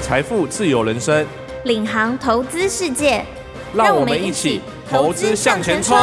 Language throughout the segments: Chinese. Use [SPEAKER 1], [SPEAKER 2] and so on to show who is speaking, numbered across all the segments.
[SPEAKER 1] 财富自由人生，
[SPEAKER 2] 领航投资世界，
[SPEAKER 1] 让我们一起投资向前冲。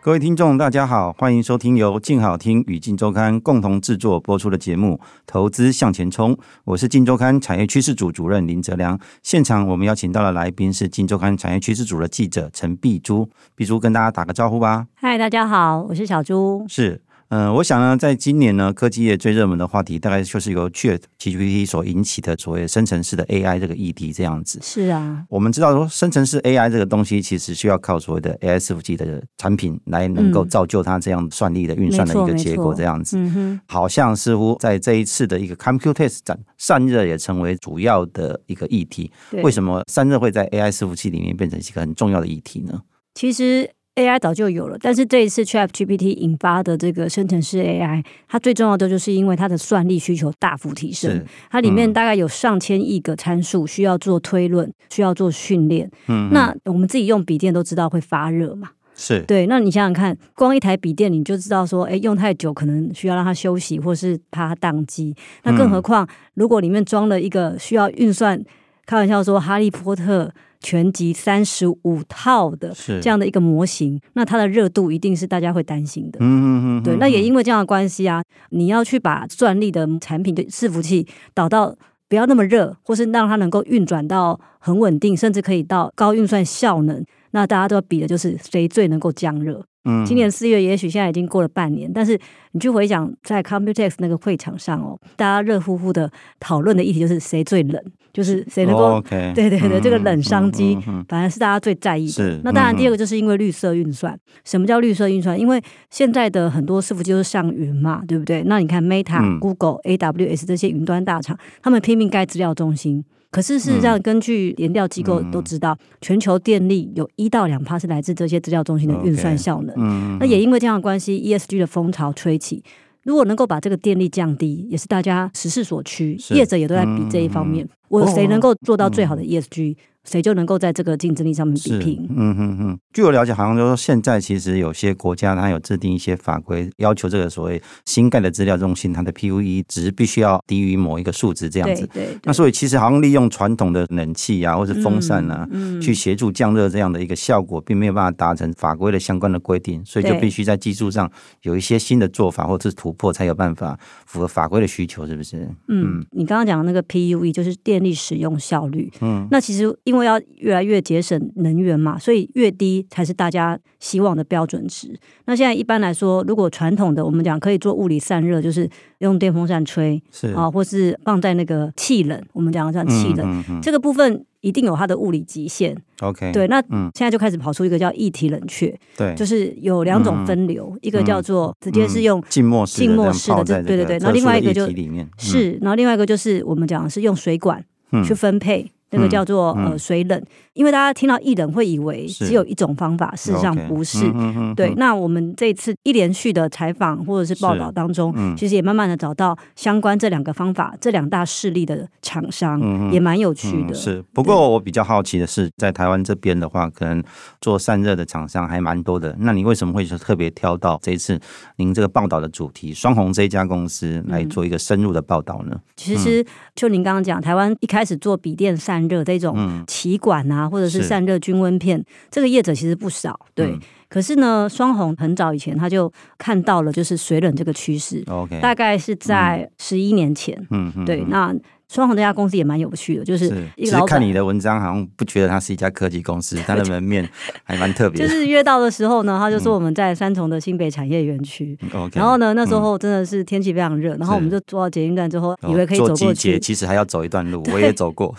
[SPEAKER 3] 各位听众，大家好，欢迎收听由静好听与静周刊共同制作播出的节目《投资向前冲》，我是静周刊产业趋势组主任林哲良。现场我们邀请到的来宾是静周刊产业趋势组的记者陈碧珠，碧珠跟大家打个招呼吧。
[SPEAKER 4] 嗨，大家好，我是小猪。
[SPEAKER 3] 是，嗯、我想呢，在今年呢，科技业最热门的话题，大概就是由 Chat GPT 所引起的所谓生成式的 AI 这个议题这样子。
[SPEAKER 4] 是啊，
[SPEAKER 3] 我们知道说，生成式 AI 这个东西，其实需要靠所谓的 ASFG 的产品来能够
[SPEAKER 4] 嗯
[SPEAKER 3] 造就它这样算力的运算的一个
[SPEAKER 4] 没错
[SPEAKER 3] 结果，
[SPEAKER 4] 没错
[SPEAKER 3] 这样子。
[SPEAKER 4] 嗯哼，
[SPEAKER 3] 好像似乎在这一次的一个 Computex 展，散热也成为主要的一个议题。
[SPEAKER 4] 对
[SPEAKER 3] 为什么散热会在 AI 伺服器里面变成一个很重要的议题呢？
[SPEAKER 4] 其实 AI 早就有了，但是这一次 ChatGPT 引发的这个生成式 AI，它最重要的就是因为它的算力需求大幅提升
[SPEAKER 3] 是，嗯
[SPEAKER 4] 它里面大概有上千亿个参数需要做推论，需要做训练。
[SPEAKER 3] 嗯
[SPEAKER 4] 那我们自己用笔电都知道会发热嘛，
[SPEAKER 3] 是
[SPEAKER 4] 对，那你想想看，光一台笔电你就知道说，哎，用太久可能需要让它休息，或是怕它宕机。那更何况，如果里面装了一个需要运算，开玩笑说《哈利波特》全集三十五套的
[SPEAKER 3] 是
[SPEAKER 4] 这样的一个模型，那它的热度一定是大家会担心的。
[SPEAKER 3] 嗯嗯嗯，
[SPEAKER 4] 对，那也因为这样的关系啊，你要去把算力的产品的伺服器导到不要那么热，或是让它能够运转到很稳定，甚至可以到高运算效能。那大家都要比的就是谁最能够降热。
[SPEAKER 3] 嗯
[SPEAKER 4] 今年四月，也许现在已经过了半年，但是你去回想在 Computex 那个会场上哦，大家热乎乎的讨论的议题就是谁最冷，就是谁能够
[SPEAKER 3] 哦 OK，
[SPEAKER 4] 对对对，这个冷商机
[SPEAKER 3] 嗯嗯嗯
[SPEAKER 4] 反而是大家最在意
[SPEAKER 3] 是
[SPEAKER 4] 的。那当然，
[SPEAKER 3] 嗯
[SPEAKER 4] 第二个就是因为绿色运算。什么叫绿色运算？因为现在的很多伺服器都是上云嘛，对不对？那你看 Meta、
[SPEAKER 3] 嗯
[SPEAKER 4] Google、AWS 这些云端大厂，他们拼命盖资料中心。可是事实
[SPEAKER 3] 嗯
[SPEAKER 4] 上，根据研调机构都知道，全球电力有一到两趴是来自这些资料中心的运算
[SPEAKER 3] OK
[SPEAKER 4] 效能。
[SPEAKER 3] 嗯嗯
[SPEAKER 4] 那也因为这样的关系，ESG 的风潮吹起。如果能够把这个电力降低，也是大家时势所趋，
[SPEAKER 3] 是嗯
[SPEAKER 4] 业者也都在比这一方面。
[SPEAKER 3] 哦
[SPEAKER 4] 我谁能够做到最好的 ESG，、谁就能够在这个竞争力上面比
[SPEAKER 3] 是
[SPEAKER 4] 拼。
[SPEAKER 3] 嗯嗯嗯。据我了解，好像就是说现在其实有些国家它有制定一些法规，要求这个所谓新盖的资料中心，它的 PUE 值必须要低于某一个数值这样
[SPEAKER 4] 对
[SPEAKER 3] 子。
[SPEAKER 4] 对
[SPEAKER 3] 那
[SPEAKER 4] 对，
[SPEAKER 3] 所以其实好像利用传统的冷气啊，或是风扇啊，
[SPEAKER 4] 嗯
[SPEAKER 3] 去协助降热这样的一个效果，并没有办法达成法规的相关的规定，所以就
[SPEAKER 4] 对
[SPEAKER 3] 必须在技术上有一些新的做法或是突破，才有办法符合法规的需求，是不是？
[SPEAKER 4] 嗯，你刚刚讲的那个 PUE 就是电力使用效率。嗯，那其实因为要越来越节省能源嘛，所以越低才是大家希望的标准值。那现在一般来说，如果传统的我们讲可以做物理散热，就是用电风扇吹，
[SPEAKER 3] 是
[SPEAKER 4] 啊，或是放在那个气冷，我们讲的叫气冷，
[SPEAKER 3] 嗯嗯
[SPEAKER 4] 这个部分一定有它的物理极限。
[SPEAKER 3] ，OK，
[SPEAKER 4] 对，那
[SPEAKER 3] 嗯
[SPEAKER 4] 现在就开始跑出一个叫液体冷却，
[SPEAKER 3] 对，嗯
[SPEAKER 4] 就是有两种分流，一个叫做直接是用、
[SPEAKER 3] 静默式的
[SPEAKER 4] 静默
[SPEAKER 3] 这样
[SPEAKER 4] 式的
[SPEAKER 3] 泡
[SPEAKER 4] 这
[SPEAKER 3] 在
[SPEAKER 4] 对
[SPEAKER 3] 这
[SPEAKER 4] 对
[SPEAKER 3] 个
[SPEAKER 4] 对
[SPEAKER 3] 特
[SPEAKER 4] 那另
[SPEAKER 3] 殊的
[SPEAKER 4] 外一个
[SPEAKER 3] 液
[SPEAKER 4] 就
[SPEAKER 3] 体里面，嗯
[SPEAKER 4] 是，然后另外一个就是我们讲的是用水管
[SPEAKER 3] 嗯
[SPEAKER 4] 去分配。那个叫做、
[SPEAKER 3] 嗯
[SPEAKER 4] 呃水冷，因为大家听到液冷会以为
[SPEAKER 3] 是
[SPEAKER 4] 只有一种方法，事实上
[SPEAKER 3] OK，
[SPEAKER 4] 不是。
[SPEAKER 3] 嗯嗯嗯
[SPEAKER 4] 对，
[SPEAKER 3] 嗯
[SPEAKER 4] 那我们这一次一连续的采访或者是报道当中，
[SPEAKER 3] 嗯
[SPEAKER 4] 其实也慢慢的找到相关这两个方法、这两大势力的厂商，
[SPEAKER 3] 嗯嗯
[SPEAKER 4] 也蛮有趣
[SPEAKER 3] 嗯
[SPEAKER 4] 的。
[SPEAKER 3] 是，不过我比较好奇的是，在台湾这边的话，可能做散热的厂商还蛮多的。那你为什么会特别挑到这一次您这个报道的主题双红这一家公
[SPEAKER 4] 嗯
[SPEAKER 3] 司来做一个深入的报道呢？
[SPEAKER 4] 其实就您刚刚讲，台湾一开始做笔电散热这种气管啊，或者是
[SPEAKER 3] 嗯是
[SPEAKER 4] 散热均温片，这个业者其实不少，对。
[SPEAKER 3] 嗯
[SPEAKER 4] 可是呢，双红很早以前他就看到了就是水冷这个趋势，
[SPEAKER 3] OK，
[SPEAKER 4] 大概是在十一年前。
[SPEAKER 3] 嗯嗯
[SPEAKER 4] 对，那双红这家公司也蛮有趣的，就是
[SPEAKER 3] 是，
[SPEAKER 4] 一
[SPEAKER 3] 只是
[SPEAKER 4] 个老
[SPEAKER 3] 看
[SPEAKER 4] 板
[SPEAKER 3] 你的文章好像不觉得它是一家科技 公司，它的门面还蛮特别
[SPEAKER 4] 就
[SPEAKER 3] 的。
[SPEAKER 4] 是约到的时候呢，他就说我们在三重的新北产业园区。
[SPEAKER 3] 嗯 OK，
[SPEAKER 4] 然后呢，那时候真的是天气非常热，然后我们
[SPEAKER 3] 是
[SPEAKER 4] 就坐到捷运站之后，
[SPEAKER 3] 哦
[SPEAKER 4] 以为可以走
[SPEAKER 3] 做
[SPEAKER 4] 过
[SPEAKER 3] 季节
[SPEAKER 4] 去，
[SPEAKER 3] 其实还要走一 段路，我也走过。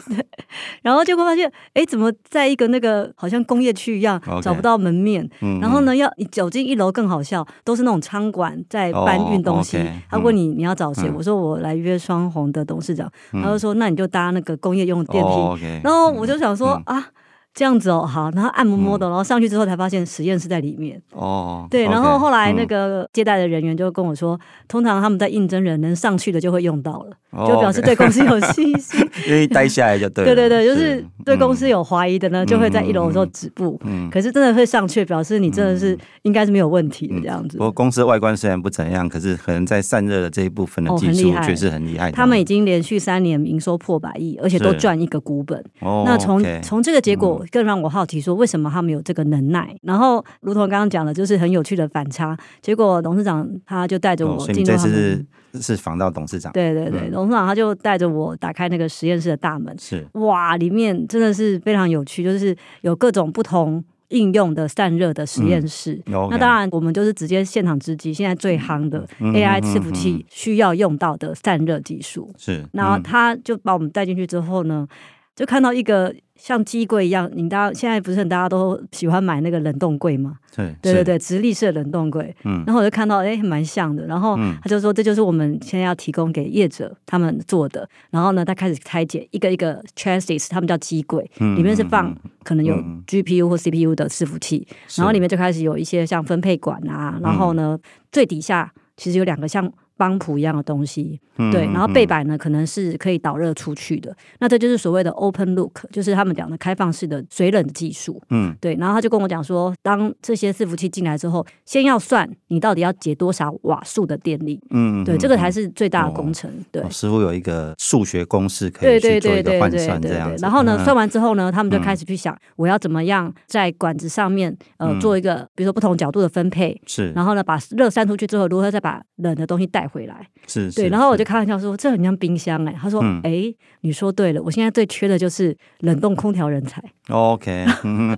[SPEAKER 4] 然后结果发现，哎，怎么在一个那个好像工业区一样
[SPEAKER 3] OK
[SPEAKER 4] 找不到门面？
[SPEAKER 3] 嗯
[SPEAKER 4] 然后呢，要你走进一楼更好笑，都是那种仓管在搬运东西。
[SPEAKER 3] 哦，OK，
[SPEAKER 4] 他问你你要找谁，
[SPEAKER 3] 嗯
[SPEAKER 4] 我说我来约双红的董事长，
[SPEAKER 3] 嗯
[SPEAKER 4] 他就说那你就搭那个工业用的电梯。
[SPEAKER 3] 哦，OK，
[SPEAKER 4] 然后我就想说、
[SPEAKER 3] 嗯
[SPEAKER 4] 啊。这样子哦，好，然后按摩摸的，然后上去之后才发现实验室在里面。
[SPEAKER 3] 哦，
[SPEAKER 4] 对，然后
[SPEAKER 3] OK，
[SPEAKER 4] 后来那
[SPEAKER 3] 嗯
[SPEAKER 4] 个接待的人员就跟我说，通常他们在应征人能上去的就会用到了，
[SPEAKER 3] 哦
[SPEAKER 4] 就表示对公司有信心。
[SPEAKER 3] 因为待下来就 对了。
[SPEAKER 4] 对对对，就是对公司
[SPEAKER 3] 有
[SPEAKER 4] 有怀疑的呢，就会在一楼的时候止步。
[SPEAKER 3] 嗯。
[SPEAKER 4] 可是真的会上去，表示你真的是应该是没有问题
[SPEAKER 3] 嗯
[SPEAKER 4] 的这样子
[SPEAKER 3] 不。过公司的外观虽然不怎样，可是可能在散热的这一部分的
[SPEAKER 4] 哦
[SPEAKER 3] 技
[SPEAKER 4] 很厉
[SPEAKER 3] 术
[SPEAKER 4] 害
[SPEAKER 3] 确实很厉害的。
[SPEAKER 4] 他们已经连续三年营收破百亿，而且都
[SPEAKER 3] 是
[SPEAKER 4] 赚一个股本。
[SPEAKER 3] 哦
[SPEAKER 4] 那从
[SPEAKER 3] OK 嗯
[SPEAKER 4] 从这个结果更让我好奇，说为什么他们有这个能耐？然后，如同刚刚讲的，就是很有趣的反差。结果董事长他就带着
[SPEAKER 3] 哦
[SPEAKER 4] 我
[SPEAKER 3] 所以
[SPEAKER 4] 进
[SPEAKER 3] 你
[SPEAKER 4] 入
[SPEAKER 3] 这
[SPEAKER 4] 他
[SPEAKER 3] 次
[SPEAKER 4] 们，
[SPEAKER 3] 是是访到董事长，
[SPEAKER 4] 对对对，
[SPEAKER 3] 嗯
[SPEAKER 4] 董事长他就带着我打开那个实验室的大门，
[SPEAKER 3] 是
[SPEAKER 4] 哇，里面真的是非常有趣，就是有各种不同应用的散热的实
[SPEAKER 3] 嗯
[SPEAKER 4] 验室。
[SPEAKER 3] 那
[SPEAKER 4] 那当然，我们就是直接现场直击现在最夯的
[SPEAKER 3] 嗯
[SPEAKER 4] AI 伺服器需要用到的散热技术。
[SPEAKER 3] 是，
[SPEAKER 4] 然后
[SPEAKER 3] 嗯
[SPEAKER 4] 他就把我们带进去之后呢，就看到一个像机柜一样，你大家现在不是很大家都喜欢买那个冷冻柜吗？
[SPEAKER 3] 对
[SPEAKER 4] 对
[SPEAKER 3] 是
[SPEAKER 4] 对对，直立式的冷冻柜。
[SPEAKER 3] 嗯
[SPEAKER 4] 然后我就看到，哎，蛮像的。然后
[SPEAKER 3] 嗯
[SPEAKER 4] 他就说，这就是我们现在要提供给业者他们做的。然后呢，他开始拆解一个一个 chassis，他们叫机柜，
[SPEAKER 3] 嗯
[SPEAKER 4] 里面是放
[SPEAKER 3] 嗯
[SPEAKER 4] 可能有
[SPEAKER 3] 嗯
[SPEAKER 4] GPU 或 CPU 的伺服器，
[SPEAKER 3] 是嗯
[SPEAKER 4] 然后里面就开始有一些像分配管啊，然后呢，最底下其实有两个像。邦谱一样的东西，
[SPEAKER 3] 嗯
[SPEAKER 4] 对，
[SPEAKER 3] 嗯
[SPEAKER 4] 然后
[SPEAKER 3] 嗯
[SPEAKER 4] 背板呢可能是可以导热出去的，那这就是所谓的 open look，就是他们讲的开放式的水冷技术。
[SPEAKER 3] 嗯
[SPEAKER 4] 对，然后他就跟我讲说，当这些伺服器进来之后，先要算你到底要节多少瓦数的电力，
[SPEAKER 3] 嗯，嗯
[SPEAKER 4] 对，这个
[SPEAKER 3] 嗯
[SPEAKER 4] 才是最大的
[SPEAKER 3] 哦
[SPEAKER 4] 工程，对
[SPEAKER 3] 哦。似乎有一个数学公式可以
[SPEAKER 4] 对
[SPEAKER 3] 去
[SPEAKER 4] 对
[SPEAKER 3] 做一
[SPEAKER 4] 对
[SPEAKER 3] 个
[SPEAKER 4] 对
[SPEAKER 3] 换
[SPEAKER 4] 对对
[SPEAKER 3] 算，这
[SPEAKER 4] 对
[SPEAKER 3] 样，子。
[SPEAKER 4] 然后呢，
[SPEAKER 3] 嗯
[SPEAKER 4] 算完之后呢，他们就
[SPEAKER 3] 嗯
[SPEAKER 4] 开始去想，我要怎么样在管子上面呃
[SPEAKER 3] 嗯
[SPEAKER 4] 做一个，比如说不同角度的分配，
[SPEAKER 3] 是，
[SPEAKER 4] 然后呢把热散出去之后，如何再把冷的东西带回来。
[SPEAKER 3] 是
[SPEAKER 4] 对，
[SPEAKER 3] 是
[SPEAKER 4] 然后我
[SPEAKER 3] 是
[SPEAKER 4] 就开玩笑说，这很像冰箱哎、他说，
[SPEAKER 3] 嗯
[SPEAKER 4] 哎、你说对了，我现在最缺的就是冷冻空调人才，
[SPEAKER 3] OK，嗯哼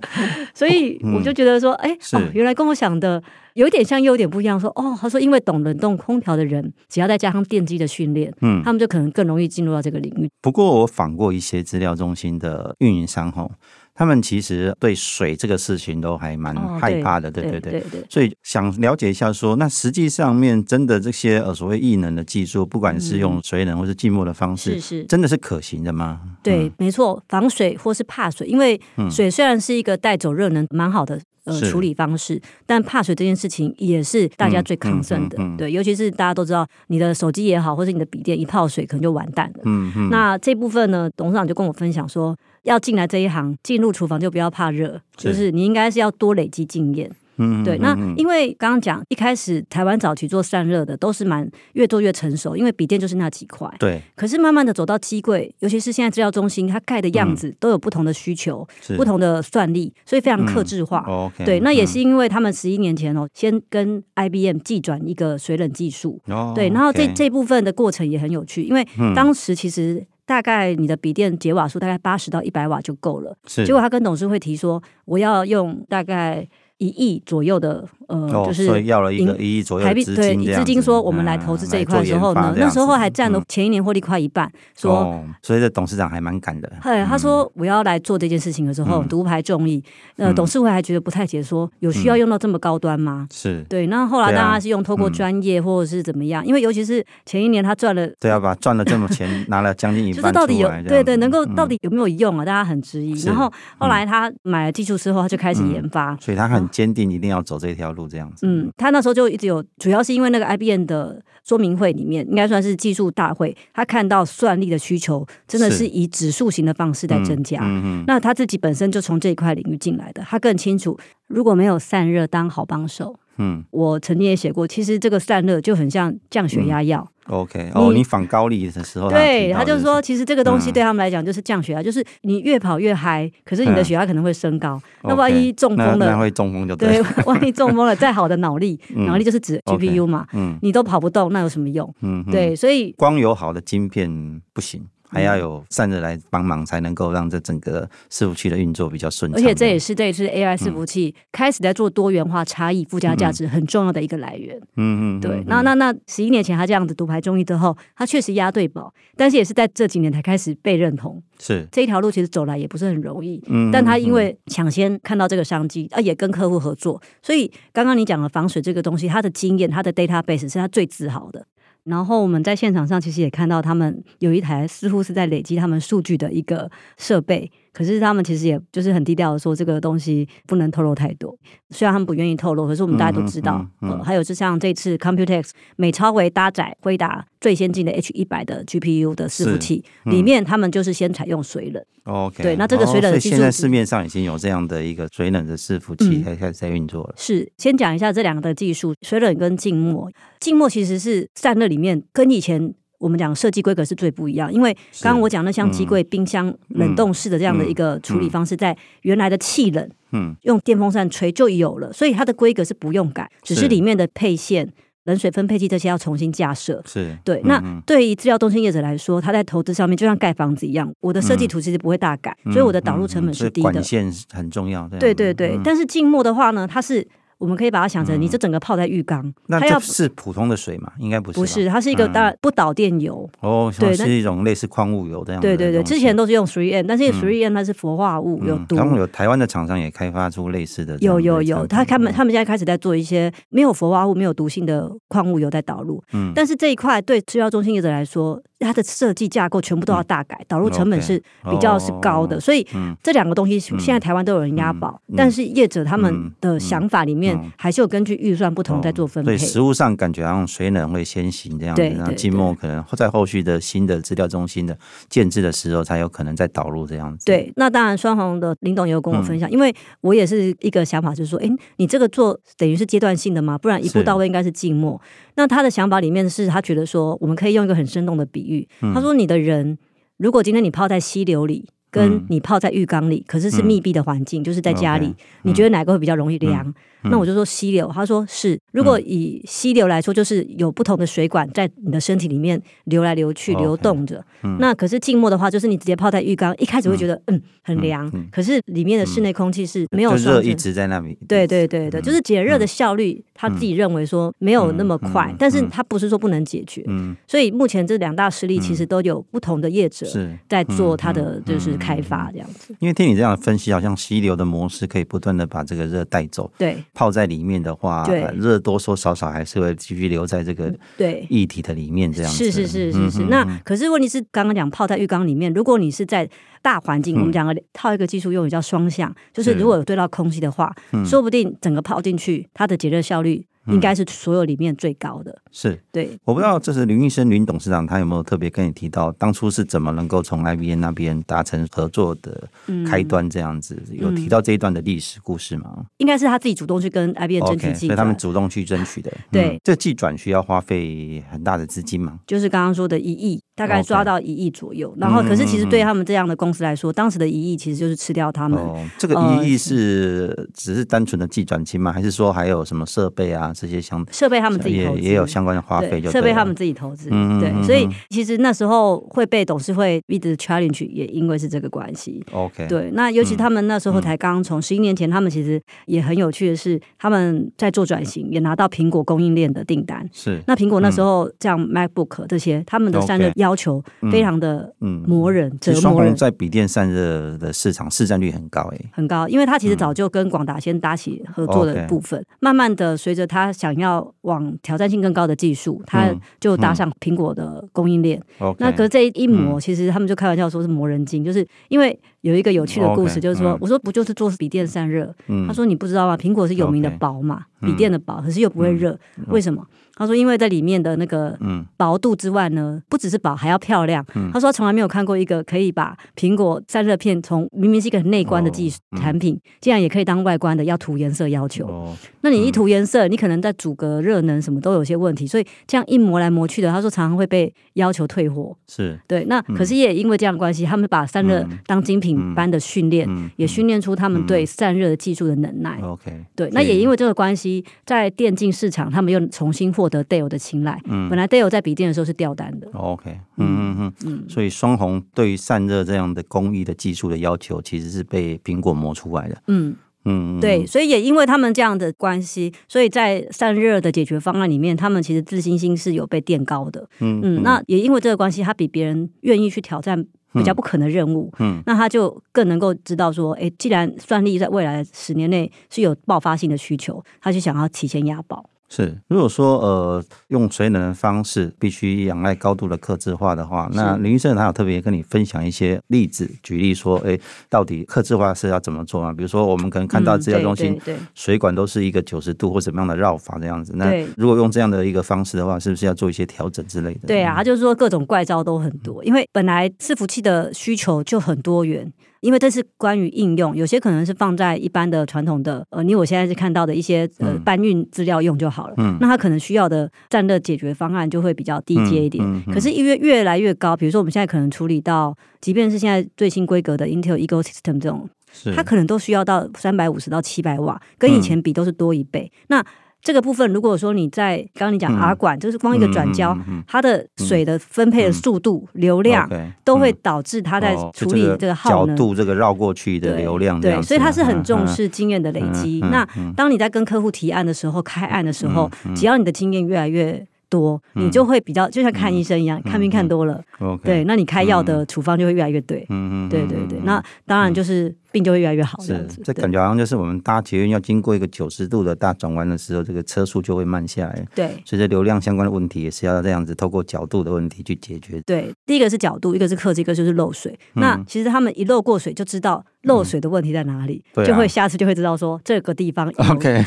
[SPEAKER 4] 所以
[SPEAKER 3] 嗯
[SPEAKER 4] 我就觉得说，哎、
[SPEAKER 3] 是
[SPEAKER 4] 哦，原来跟我想的有点像，又有点不一样。说，哦，他说，因为懂冷冻空调的人，只要再加上电机的训练，
[SPEAKER 3] 嗯，
[SPEAKER 4] 他们就可能更容易进入到这个领域。
[SPEAKER 3] 不过我访过一些资料中心的运营商吼，他们其实对水这个事情都还蛮
[SPEAKER 4] 哦
[SPEAKER 3] 害怕的，对
[SPEAKER 4] 对
[SPEAKER 3] 对对。
[SPEAKER 4] 对对，
[SPEAKER 3] 所以想了解一下说那实际上面真的这些呃所谓异能的技术，不管是用水冷或是静默的方式，
[SPEAKER 4] 嗯是是。
[SPEAKER 3] 真的是可行的吗？
[SPEAKER 4] 对
[SPEAKER 3] 嗯，
[SPEAKER 4] 没错，防水或是怕水，因为水虽然是一个带走热能蛮好的呃
[SPEAKER 3] 是
[SPEAKER 4] 处理方式，但怕水这件事情也是大家
[SPEAKER 3] 嗯
[SPEAKER 4] 最
[SPEAKER 3] 嗯
[SPEAKER 4] concern 的。
[SPEAKER 3] 嗯嗯
[SPEAKER 4] 对，尤其是大家都知道，你的手机也好，或是你的笔电一泡水，可能就完蛋了。
[SPEAKER 3] 嗯嗯，
[SPEAKER 4] 那这部分呢，董事长就跟我分享说，要进来这一行，进入厨房就不要怕热，
[SPEAKER 3] 是
[SPEAKER 4] 就是你应该是要多累积经验。
[SPEAKER 3] 嗯
[SPEAKER 4] 对，
[SPEAKER 3] 嗯
[SPEAKER 4] 那
[SPEAKER 3] 嗯嗯
[SPEAKER 4] 因为刚刚讲一开始台湾早期做散热的都是蛮越做越成熟，因为笔电就是那几块。
[SPEAKER 3] 对
[SPEAKER 4] 可是慢慢的走到机柜，尤其是现在资料中心，它盖的样子都有不同的需求、
[SPEAKER 3] 嗯是
[SPEAKER 4] 不同的算力，所以非常克制化。
[SPEAKER 3] OK，
[SPEAKER 4] 对，那也是
[SPEAKER 3] 嗯
[SPEAKER 4] 因为他们十一年前哦，先跟 IBM 寄转一个水冷技术，
[SPEAKER 3] 哦
[SPEAKER 4] 对，然后这
[SPEAKER 3] OK 嗯
[SPEAKER 4] 这部分的过程也很有趣，因为当时其实大概你的笔电解瓦数大概八十到一百瓦就够了，
[SPEAKER 3] 是
[SPEAKER 4] 结果他跟董事会提说，我要用大概一亿左右的，呃，
[SPEAKER 3] 哦，
[SPEAKER 4] 就是
[SPEAKER 3] 所以要了一个
[SPEAKER 4] 银
[SPEAKER 3] 一亿左右
[SPEAKER 4] 台
[SPEAKER 3] 的
[SPEAKER 4] 币
[SPEAKER 3] 资
[SPEAKER 4] 对
[SPEAKER 3] 金这样子，
[SPEAKER 4] 资金说我们来投资这一块的时
[SPEAKER 3] 嗯
[SPEAKER 4] 候
[SPEAKER 3] 来
[SPEAKER 4] 呢
[SPEAKER 3] 做研发，这
[SPEAKER 4] 那
[SPEAKER 3] 样
[SPEAKER 4] 时候
[SPEAKER 3] 子
[SPEAKER 4] 还占了
[SPEAKER 3] 嗯
[SPEAKER 4] 前一年获利快一半，说。
[SPEAKER 3] 哦，嗯所以这董事长还蛮敢的。
[SPEAKER 4] 哎，他说我要来做这件事情的时
[SPEAKER 3] 嗯
[SPEAKER 4] 候，独排众议。呃，董事会还觉得不太解，说有需要用到这么高端吗？
[SPEAKER 3] 是，
[SPEAKER 4] 对，那后
[SPEAKER 3] 嗯
[SPEAKER 4] 来
[SPEAKER 3] 对啊
[SPEAKER 4] 大家是用透过
[SPEAKER 3] 嗯
[SPEAKER 4] 专业或者是怎么样，因为尤其是前一年他赚了
[SPEAKER 3] 对啊，把赚了这么 钱拿了将近一
[SPEAKER 4] 就
[SPEAKER 3] 半
[SPEAKER 4] 是到底
[SPEAKER 3] 出
[SPEAKER 4] 有
[SPEAKER 3] 来这
[SPEAKER 4] 对
[SPEAKER 3] 样
[SPEAKER 4] 对
[SPEAKER 3] 子
[SPEAKER 4] 能够到
[SPEAKER 3] 嗯
[SPEAKER 4] 底有没有用啊？大家很质疑。
[SPEAKER 3] 是
[SPEAKER 4] 然后后来他买了技术之后，他就开始
[SPEAKER 3] 嗯
[SPEAKER 4] 研发。
[SPEAKER 3] 所以他很坚定，一定要走这条路这样子。
[SPEAKER 4] 啊嗯，他那时候就一直有，主要是因为那个 IBM 的说明会里面，应该算是技术大会，他看到算力的需求真的
[SPEAKER 3] 是
[SPEAKER 4] 是以指数型的方式在增加。
[SPEAKER 3] 嗯嗯
[SPEAKER 4] 那他自己本身就从这一块领域进来的，他更清楚，如果没有散热当好帮手，
[SPEAKER 3] 嗯
[SPEAKER 4] 我曾经也写过，其实这个散热就很像降血
[SPEAKER 3] 嗯
[SPEAKER 4] 压药，
[SPEAKER 3] ，OK，哦，
[SPEAKER 4] 你
[SPEAKER 3] 你访高丽的时候，
[SPEAKER 4] 对，
[SPEAKER 3] 他有
[SPEAKER 4] 他
[SPEAKER 3] 提到
[SPEAKER 4] 就说，
[SPEAKER 3] 这
[SPEAKER 4] 其实这个东西
[SPEAKER 3] 嗯
[SPEAKER 4] 对他们来讲就是降血压，就是你越跑越嗨，可是你的
[SPEAKER 3] 嗯
[SPEAKER 4] 血压可能会升高。
[SPEAKER 3] 个
[SPEAKER 4] 那万
[SPEAKER 3] OK，
[SPEAKER 4] 一中
[SPEAKER 3] 那
[SPEAKER 4] 风
[SPEAKER 3] 那
[SPEAKER 4] 了，
[SPEAKER 3] 会中风就
[SPEAKER 4] 对
[SPEAKER 3] 对。，
[SPEAKER 4] 万一中风了，再好的脑力，
[SPEAKER 3] 嗯
[SPEAKER 4] 脑力就是指
[SPEAKER 3] OK
[SPEAKER 4] GPU 嘛，
[SPEAKER 3] 嗯
[SPEAKER 4] 你都跑不动，那有什么用？
[SPEAKER 3] 嗯，嗯，
[SPEAKER 4] 对，所以
[SPEAKER 3] 光有好的晶片不行，还
[SPEAKER 4] 嗯
[SPEAKER 3] 要有散热来帮忙，才能够让这整个伺服器的运作比较顺
[SPEAKER 4] 而
[SPEAKER 3] 畅。
[SPEAKER 4] 且这也是这一次
[SPEAKER 3] 嗯
[SPEAKER 4] AI 伺服器开始在做多元化、差异、附加价值很重要的一个来源。
[SPEAKER 3] 嗯，嗯嗯，
[SPEAKER 4] 对
[SPEAKER 3] 嗯，
[SPEAKER 4] 那那那十一年前他这样子独排众议之后，他确实押对宝，但是也是在这几年才开始被认同。
[SPEAKER 3] 是，
[SPEAKER 4] 这一条路其实走来也不是很容易，
[SPEAKER 3] 嗯
[SPEAKER 4] 但他
[SPEAKER 3] 嗯
[SPEAKER 4] 因为抢先看到这个商机，啊，也跟客户合作，所以刚刚你讲的防水这个东西，他的经验、他的 database 是他最自豪的。然后我们在现场上其实也看到，他们有一台似乎是在累积他们数据的一个设备，可是他们其实也就是很低调的说，这个东西不能透露太多。虽然他们不愿意透露，可是我们大家都知道。
[SPEAKER 3] 嗯嗯嗯
[SPEAKER 4] 呃还有就像这次 Computex 美超微搭载辉达最先进的 H 一百的 GPU 的伺服器，
[SPEAKER 3] 嗯
[SPEAKER 4] 里面他们就是先采用水冷。
[SPEAKER 3] OK，
[SPEAKER 4] 对那这个水冷
[SPEAKER 3] 哦所以
[SPEAKER 4] 技
[SPEAKER 3] 现
[SPEAKER 4] 术
[SPEAKER 3] 在
[SPEAKER 4] 是
[SPEAKER 3] 市面上已经有这样的一个水冷的伺服器
[SPEAKER 4] 嗯
[SPEAKER 3] 开开始在运作了。
[SPEAKER 4] 是，先讲一下这两个的技术，水冷跟静默。静默其实是散热里面跟以前我们讲设计规格是最不一样，因为刚刚我讲那
[SPEAKER 3] 嗯
[SPEAKER 4] 像机柜、冰箱、冷冻室的这样的一个处理方式，在原来的气冷
[SPEAKER 3] 嗯，
[SPEAKER 4] 用电风扇吹就有了，所以它的规格是不用改，只
[SPEAKER 3] 是
[SPEAKER 4] 是里面的配线、冷水分配器这些要重新架设。
[SPEAKER 3] 是
[SPEAKER 4] 对，
[SPEAKER 3] 嗯
[SPEAKER 4] 那
[SPEAKER 3] 嗯
[SPEAKER 4] 对于资料中心业者来说，他在投资上面就像盖房子一样，我的设计图其实不会大改，所以我的导入成本
[SPEAKER 3] 嗯
[SPEAKER 4] 是
[SPEAKER 3] 嗯
[SPEAKER 4] 低
[SPEAKER 3] 所以
[SPEAKER 4] 的
[SPEAKER 3] 管。线是很重要。这样嗯
[SPEAKER 4] 对对对，但是静默的话呢，它是我们可以把它想成你这整个泡在浴缸，
[SPEAKER 3] 那
[SPEAKER 4] 它要
[SPEAKER 3] 这是普通的水嘛？应该不是吧，
[SPEAKER 4] 不是它是一个
[SPEAKER 3] 嗯
[SPEAKER 4] 当然不导电油，
[SPEAKER 3] 哦，
[SPEAKER 4] 对
[SPEAKER 3] 是
[SPEAKER 4] 那
[SPEAKER 3] 一种类似矿物油这样的
[SPEAKER 4] 对对对，
[SPEAKER 3] 东西
[SPEAKER 4] 之前都是用 three N，但是 three N 它是氟化物，有
[SPEAKER 3] 嗯
[SPEAKER 4] 毒
[SPEAKER 3] 他。们有台湾的厂商也开发出类似的这样
[SPEAKER 4] 有
[SPEAKER 3] 的嗯
[SPEAKER 4] 有
[SPEAKER 3] 产
[SPEAKER 4] 有，
[SPEAKER 3] 品
[SPEAKER 4] 他他们他们现在开始在做一些没有氟化物、没有毒性的矿物油在导入，
[SPEAKER 3] 嗯
[SPEAKER 4] 但是这一块对制药中心业者来说，它的设计架构全部都要大改，导入成本
[SPEAKER 3] 嗯 OK
[SPEAKER 4] 是比较是高的，
[SPEAKER 3] 哦
[SPEAKER 4] 所以
[SPEAKER 3] 嗯
[SPEAKER 4] 这两个东西现在台湾都有人押宝，但是业者他们的想法里
[SPEAKER 3] 嗯
[SPEAKER 4] 面
[SPEAKER 3] 哦
[SPEAKER 4] 还是有根据预算不同在做分配
[SPEAKER 3] 对，，食物上感觉好像水冷会先行这样子，
[SPEAKER 4] 对
[SPEAKER 3] 然后
[SPEAKER 4] 对
[SPEAKER 3] 静默可能在后续的新的资料中心的建制的时候，才有可能再导入这样子。，嗯
[SPEAKER 4] 对，那当然，双红的林董也有跟我分享，因为我也是一个想法，就是说，诶，你这个做等于是阶段性的嘛，不然一步
[SPEAKER 3] 是
[SPEAKER 4] 到位应该是静默。那他的想法里面是他觉得说，我们可以用一个很生动的比喻，
[SPEAKER 3] 嗯
[SPEAKER 4] 他说你的人，如果今天你泡在溪流里。跟你泡在浴缸里，可是是密闭的环境，就是在家
[SPEAKER 3] 嗯
[SPEAKER 4] 里
[SPEAKER 3] OK，嗯
[SPEAKER 4] 你觉得哪个会比较容易凉？那我就说溪流，他说是。如
[SPEAKER 3] 嗯
[SPEAKER 4] 果以溪流来说，就是有不同的水管在你的身体里面流来流去、
[SPEAKER 3] OK
[SPEAKER 4] 流动着。
[SPEAKER 3] 嗯
[SPEAKER 4] 那可是静默的话，就是你直接泡在浴缸，一开始会觉得嗯很凉，可是里面的室内空气是没有
[SPEAKER 3] 就
[SPEAKER 4] 上
[SPEAKER 3] 热
[SPEAKER 4] 升
[SPEAKER 3] 一直在嗯那里。
[SPEAKER 4] 对对对对，就是解热的效率，他自己认为说没有那么快，但是他不是说不能解决，
[SPEAKER 3] 嗯
[SPEAKER 4] 所以目前这两大势力其实都有不同的业者
[SPEAKER 3] 是。嗯
[SPEAKER 4] 在做它的就是开发这样子。
[SPEAKER 3] 因为听你这样分析，好像溪流的模式可以不断的把这个热带走，
[SPEAKER 4] 对
[SPEAKER 3] 泡在里面的话，
[SPEAKER 4] 对
[SPEAKER 3] 呃热多说少少还是会继续留在这个
[SPEAKER 4] 对。
[SPEAKER 3] 液体的里面，这样子嗯
[SPEAKER 4] 是是是是是，那可是问题是，刚刚讲泡在浴缸里面，如果你是在大环境，我们讲个套一个技术用语叫双向，就是
[SPEAKER 3] 嗯是嗯
[SPEAKER 4] 如果有对到空气的话，说不定整个泡进去，它的解热效率应该是所有里面最高的。
[SPEAKER 3] 是。
[SPEAKER 4] 对，
[SPEAKER 3] 我不知道这是林医生、林董事长他有没有特别跟你提到，当初是怎么能够从 IBN 那边达成合作的开端这样子？
[SPEAKER 4] 嗯
[SPEAKER 3] 有提到这一段的历史故事吗、
[SPEAKER 4] 应该是他自己主动去跟 IBM 争
[SPEAKER 3] o
[SPEAKER 4] 取
[SPEAKER 3] k 所
[SPEAKER 4] 技转，
[SPEAKER 3] 以他们主动去争取的。 嗯
[SPEAKER 4] 对
[SPEAKER 3] 这技转需要花费很大的资金嘛？
[SPEAKER 4] 就是刚刚说的一亿，大概抓
[SPEAKER 3] OK
[SPEAKER 4] 到一亿左
[SPEAKER 3] 嗯
[SPEAKER 4] 右。然后，可是其实对他们这样的公司来说，当时的一亿其实就是吃掉他们。
[SPEAKER 3] 哦，这个
[SPEAKER 4] 呃
[SPEAKER 3] 一亿是只是单纯的技转金吗？还是说还有什么设备啊这些相
[SPEAKER 4] 设备他们自己
[SPEAKER 3] 也
[SPEAKER 4] 投资，
[SPEAKER 3] 也有相关的花费
[SPEAKER 4] 对
[SPEAKER 3] 就
[SPEAKER 4] 设备
[SPEAKER 3] 对了
[SPEAKER 4] 他们自己投资，
[SPEAKER 3] 嗯嗯嗯嗯
[SPEAKER 4] 对，所以其实那时候会被董事会一直 challenge，也因为是这个关系。
[SPEAKER 3] OK
[SPEAKER 4] 对，那尤
[SPEAKER 3] 嗯
[SPEAKER 4] 其他们那时候才刚从十一年前，他们其实也很有趣的是，他们在做转型，也拿到苹果供应链的订单。
[SPEAKER 3] 是
[SPEAKER 4] 那苹果那时候像 MacBook 这些，他们的散热
[SPEAKER 3] OK
[SPEAKER 4] 要求非常的
[SPEAKER 3] 嗯嗯
[SPEAKER 4] 磨人、
[SPEAKER 3] 其
[SPEAKER 4] 折
[SPEAKER 3] 实双
[SPEAKER 4] 磨人
[SPEAKER 3] 红。在笔电散热的市场市占率很高诶、欸
[SPEAKER 4] 很高，因为他
[SPEAKER 3] 嗯
[SPEAKER 4] 其实早就跟广达先搭起合作的
[SPEAKER 3] OK
[SPEAKER 4] 部分，慢慢的随着他想要往挑战性更高的技术，他
[SPEAKER 3] 嗯
[SPEAKER 4] 就搭上苹果的供应链。
[SPEAKER 3] OK，
[SPEAKER 4] 那可是这一
[SPEAKER 3] 嗯
[SPEAKER 4] 磨，其实他们就开玩笑说是磨人精，就是因为有一个有趣的故
[SPEAKER 3] OK，
[SPEAKER 4] 事，就是说
[SPEAKER 3] 嗯，
[SPEAKER 4] 我说不就是做笔电散热？
[SPEAKER 3] 嗯
[SPEAKER 4] 他说你不知道吗？苹果是有名的
[SPEAKER 3] OK 嗯
[SPEAKER 4] 薄嘛，笔电的薄，可是又不会热，为什么？他说因为在里面的那个
[SPEAKER 3] 嗯
[SPEAKER 4] 薄度之外呢，不只是薄，还要漂亮。他说他从来没有看过一个可以把苹果散热片从明明是一个很内观的
[SPEAKER 3] 哦
[SPEAKER 4] 技术产品，竟然也可以当外观的要涂颜色要求。
[SPEAKER 3] 嗯哦
[SPEAKER 4] 那你一涂颜色，你可能在阻隔热能什么都有些问题，所以这样一磨来磨去的，他说常常会被要求退货。
[SPEAKER 3] 是
[SPEAKER 4] 对，那
[SPEAKER 3] 嗯
[SPEAKER 4] 可是也因为这样的关系，他们把散热当精品般的训练，
[SPEAKER 3] 嗯哦
[SPEAKER 4] 也训练出他们对散热的技术的能耐。
[SPEAKER 3] OK
[SPEAKER 4] 对，那也因为这个关系，在电竞市场，他们又重新获得 Dell 的青睐。
[SPEAKER 3] 嗯
[SPEAKER 4] 本来 Dell 在笔电的时候是掉单的，
[SPEAKER 3] OK，嗯嗯嗯，所以双红对于散热这样的工艺的技术的要求，其实是被苹果磨出来的。
[SPEAKER 4] 嗯，
[SPEAKER 3] 嗯，嗯
[SPEAKER 4] 对，，所以也因为他们这样的关系，所以在散热的解决方案里面，他们其实自信心是有被垫高的。
[SPEAKER 3] 嗯
[SPEAKER 4] 嗯，那也因为这个关系，他比别人愿意去挑战比较不可能的任务。
[SPEAKER 3] 嗯
[SPEAKER 4] 嗯，那他就更能够知道说，哎，既然算力在未来十年内是有爆发性的需求，他就想要提前押宝。
[SPEAKER 3] 是，如果说呃用水冷的方式，必须仰赖高度的克制化的话，那林医生他有特别跟你分享一些例子，举例说，哎，到底克制化是要怎么做啊？比如说我们可能看到
[SPEAKER 4] 嗯
[SPEAKER 3] 治疗
[SPEAKER 4] 对
[SPEAKER 3] 中心、
[SPEAKER 4] 对对
[SPEAKER 3] 水管都是一个九十度或什么样的绕法这样子，那
[SPEAKER 4] 对
[SPEAKER 3] 如果用这样的一个方式的话，是不是要做一些调整之类的？嗯
[SPEAKER 4] 对啊，他就是说各种怪招都很多，因为本来伺服器的需求就很多元。因为这是关于应用，有些可能是放在一般的传统的，呃，你我现在是看到的一些
[SPEAKER 3] 嗯
[SPEAKER 4] 呃搬运资料用就好了。那它可能需要的战略解决方案就会比较低阶一点。
[SPEAKER 3] 嗯嗯
[SPEAKER 4] 可是因为越来越高，比如说我们现在可能处理到，即便是现在最新规格的 Intel Ecosystem 这种
[SPEAKER 3] 是
[SPEAKER 4] 它可能都需要到三百五十到七百瓦，跟以前比都是多一倍。那这个部分，如果说你在刚刚你
[SPEAKER 3] 嗯
[SPEAKER 4] 讲 R 管，就是光一个转交，它的水的分配的速度、流量
[SPEAKER 3] 嗯 OK，
[SPEAKER 4] 都会
[SPEAKER 3] 嗯
[SPEAKER 4] 导致它在
[SPEAKER 3] 哦就
[SPEAKER 4] 处理
[SPEAKER 3] 这
[SPEAKER 4] 这个耗
[SPEAKER 3] 角
[SPEAKER 4] 能。
[SPEAKER 3] 度，这个绕过去的流量这
[SPEAKER 4] 对，
[SPEAKER 3] 样子，
[SPEAKER 4] 所以它是很重
[SPEAKER 3] 嗯
[SPEAKER 4] 视经验的累积。
[SPEAKER 3] 嗯嗯嗯
[SPEAKER 4] 那当你在跟客户提案的时候、开案的时候，只要你的经验越来越多，你就会比较就像看医生一样，看病看多了，
[SPEAKER 3] 嗯 OK，
[SPEAKER 4] 对，那你开药的处方就会越来越对。
[SPEAKER 3] 嗯，嗯嗯，
[SPEAKER 4] 对对对，那当然就是病就会越来越好这样
[SPEAKER 3] 是，
[SPEAKER 4] 子。
[SPEAKER 3] 这
[SPEAKER 4] 对
[SPEAKER 3] 感觉好像就是我们搭捷运要经过一个九十度的大转弯的时候，这个车速就会慢下来。
[SPEAKER 4] 对
[SPEAKER 3] 所以这流量相关的问题也是要这样子，透过角度的问题去解决。
[SPEAKER 4] 对，第一个是角度，一个是克制，一个就是漏水。
[SPEAKER 3] 嗯
[SPEAKER 4] 那其实他们一漏过水就知道漏水的问题在哪里，
[SPEAKER 3] 对啊
[SPEAKER 4] 就会下次就会知道说这个地方有。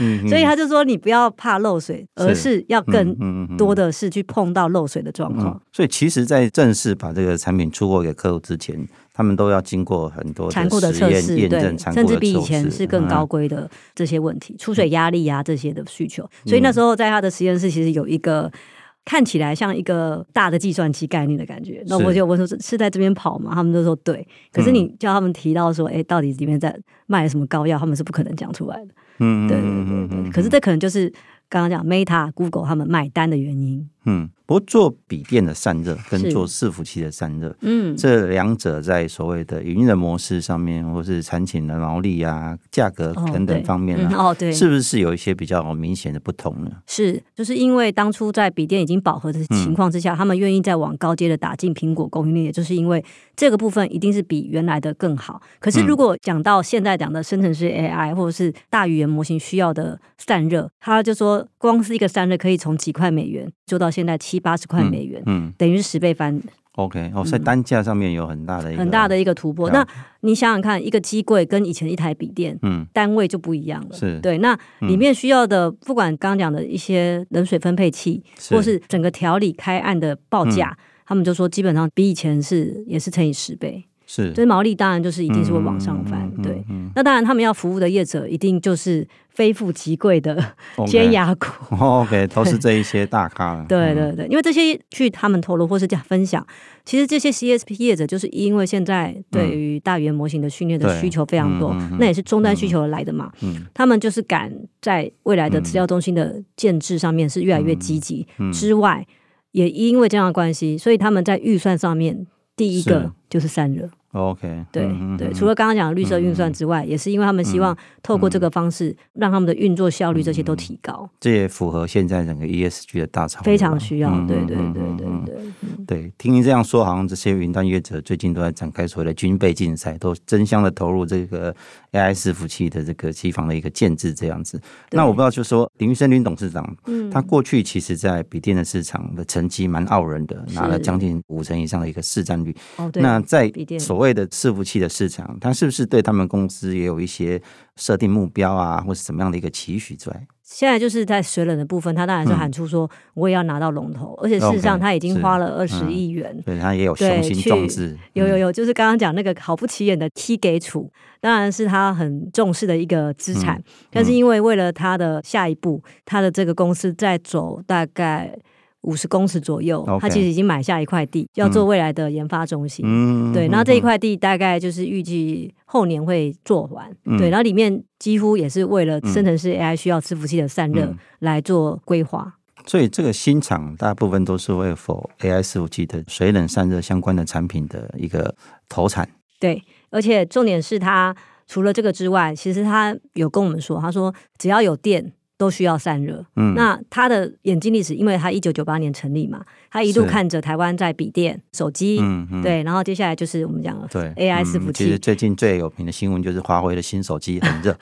[SPEAKER 3] 嗯
[SPEAKER 4] 所以他就说你不要怕漏水，而是要更
[SPEAKER 3] 嗯嗯
[SPEAKER 4] 多的是去碰到漏水的状况
[SPEAKER 3] 嗯。，所以其实，在正式把这个产品出货给客户之前，他们都要经过很多
[SPEAKER 4] 残酷的
[SPEAKER 3] 实
[SPEAKER 4] 测
[SPEAKER 3] 验
[SPEAKER 4] 试，
[SPEAKER 3] 验
[SPEAKER 4] 对
[SPEAKER 3] 证，，残酷
[SPEAKER 4] 甚
[SPEAKER 3] 的嗯
[SPEAKER 4] 至比以
[SPEAKER 3] 测试
[SPEAKER 4] 前是更高。规的这些问题，
[SPEAKER 3] 嗯
[SPEAKER 4] 出水压力啊这些的需求。所以那时候在他的实验室，其实有一个。看起来像一个大的计算机概念的感觉，那我就问说是是在这边跑吗？他们都说对，可是
[SPEAKER 3] 嗯
[SPEAKER 4] 你叫他们提到说，哎、到底里面在卖什么膏药，他们是不可能讲出来的。
[SPEAKER 3] 嗯，嗯
[SPEAKER 4] 对
[SPEAKER 3] 嗯
[SPEAKER 4] 对
[SPEAKER 3] 嗯
[SPEAKER 4] 对
[SPEAKER 3] 嗯
[SPEAKER 4] 对，可是这可能就是刚刚讲 Meta、Google 他们买单的原因。
[SPEAKER 3] 嗯，不过做笔电的散热跟
[SPEAKER 4] 是
[SPEAKER 3] 做伺服器的散热，
[SPEAKER 4] 嗯，
[SPEAKER 3] 这两者在所谓的营运的模式上面，或是产品的毛利啊、价格
[SPEAKER 4] 哦
[SPEAKER 3] 等等
[SPEAKER 4] 对
[SPEAKER 3] 方面
[SPEAKER 4] 嗯
[SPEAKER 3] 啊，
[SPEAKER 4] 哦对，
[SPEAKER 3] 是不是有一些比较明显的不同呢？
[SPEAKER 4] 是，就是因为当初在笔电已经饱和的
[SPEAKER 3] 嗯
[SPEAKER 4] 情况之下，他们愿意再往高阶的打进苹果供应链，也就是因为这个部分一定是比原来的更好。可
[SPEAKER 3] 嗯
[SPEAKER 4] 是如果讲到现在讲的生成式 AI 或者是大语言模型需要的散热，他就说光是一个散热可以从几块美元做到现在七八十块美元。
[SPEAKER 3] 嗯
[SPEAKER 4] 等于是十倍翻，
[SPEAKER 3] ，OK，哦，在单价上面有很大的一个
[SPEAKER 4] 嗯很大的一个突破。
[SPEAKER 3] 了
[SPEAKER 4] 那你想想看，一个机柜跟以前一台笔电，
[SPEAKER 3] 嗯
[SPEAKER 4] 单位就不一样了。
[SPEAKER 3] 是嗯
[SPEAKER 4] 对，那里面需要的，不管刚刚讲的一些冷水分配器，或是整个调理开案的报价。他们就说，基本上比以前是也是乘以十倍，
[SPEAKER 3] 是嗯
[SPEAKER 4] 所以毛利当然就是一定是会往上翻。对，那当然他们要服务的业者一定就是非富即贵的
[SPEAKER 3] 嗯 OK
[SPEAKER 4] 尖牙股。
[SPEAKER 3] OK，都是这一些大咖了。
[SPEAKER 4] 对
[SPEAKER 3] 嗯
[SPEAKER 4] 对对，因为这些据他们透露或是这样分享，其实这些 CSP 业者就是因为现在对于大语言模型的训练的
[SPEAKER 3] 嗯对嗯
[SPEAKER 4] 需求非常多，那也是终端需求而来的嘛。他们就是敢在未来的资
[SPEAKER 3] 嗯
[SPEAKER 4] 料中心的建制上面是越来越积极，之外也因为这样的关系，所以他们在预算上面第一
[SPEAKER 3] 是
[SPEAKER 4] 个就是散热。
[SPEAKER 3] OK，
[SPEAKER 4] 对
[SPEAKER 3] 嗯嗯
[SPEAKER 4] 对，
[SPEAKER 3] 嗯
[SPEAKER 4] 除了刚刚讲的绿色运算之外，也是因为他们希望透过这个方式，让他们的运作效率这些
[SPEAKER 3] 嗯
[SPEAKER 4] 都提高，
[SPEAKER 3] 这也符合现在整个 ESG 的大潮流啊，
[SPEAKER 4] 非常需要。对对
[SPEAKER 3] 嗯嗯
[SPEAKER 4] 对
[SPEAKER 3] 嗯嗯嗯
[SPEAKER 4] 对对。
[SPEAKER 3] 对，听你这样说，好像这些云端业者最近都在展开所谓的军备竞赛，都争相的投入这个 AI 伺服器的这个机房的一个建制这样子。
[SPEAKER 4] 对
[SPEAKER 3] 那我不知道，就说林玉生林董事长，
[SPEAKER 4] 嗯
[SPEAKER 3] 他过去其实在笔电的市场的成绩蛮傲人的，
[SPEAKER 4] 是
[SPEAKER 3] 拿了将近五成以上的一个市占率。
[SPEAKER 4] 哦，对，
[SPEAKER 3] 那在
[SPEAKER 4] 笔电
[SPEAKER 3] 所谓的伺服器的市场，他是不是对他们公司也有一些设定目标啊，或是怎么样的一个期许之外？
[SPEAKER 4] 现在就是在水冷的部分，他当然是喊出说我也要拿到龙头，而且事实
[SPEAKER 3] 嗯
[SPEAKER 4] 上
[SPEAKER 3] OK，
[SPEAKER 4] 他已经花了二
[SPEAKER 3] 是
[SPEAKER 4] 十亿元。
[SPEAKER 3] 所以他也有
[SPEAKER 4] 对
[SPEAKER 3] 雄心
[SPEAKER 4] 去
[SPEAKER 3] 壮志。
[SPEAKER 4] 有有
[SPEAKER 3] 嗯
[SPEAKER 4] 有，就是刚刚讲那个毫不起眼的踢给楚，当然是他很重视的一个
[SPEAKER 3] 嗯
[SPEAKER 4] 资产，但是因为为了他的下一步，他的这个公司在走大概五十公尺左右，
[SPEAKER 3] OK
[SPEAKER 4] 他其实已经买下一块地，要做未来的研发中心。
[SPEAKER 3] 嗯
[SPEAKER 4] 对，然后这一块地大概就是预计后年会做完，
[SPEAKER 3] 嗯
[SPEAKER 4] 对，然后里面几乎也是为了生成式 AI 需要伺服器的散
[SPEAKER 3] 嗯
[SPEAKER 4] 热来做规划。
[SPEAKER 3] 所以这个新厂大部分都是为否 AI 伺服器的水冷散热相关的产品的一个投产。
[SPEAKER 4] 对，而且重点是它除了这个之外，其实他有跟我们说，他说只要有电。都需要散热。
[SPEAKER 3] 嗯
[SPEAKER 4] 那他的眼睛历史，因为他一九九八年成立嘛，他一路
[SPEAKER 3] 是
[SPEAKER 4] 看着台湾在笔电、手机，
[SPEAKER 3] 嗯嗯，
[SPEAKER 4] 对，然后接下来就是我们讲的
[SPEAKER 3] 对
[SPEAKER 4] AI 伺服
[SPEAKER 3] 嗯其实
[SPEAKER 4] 器，
[SPEAKER 3] 最近最有名的新闻就是华为的新手机很热，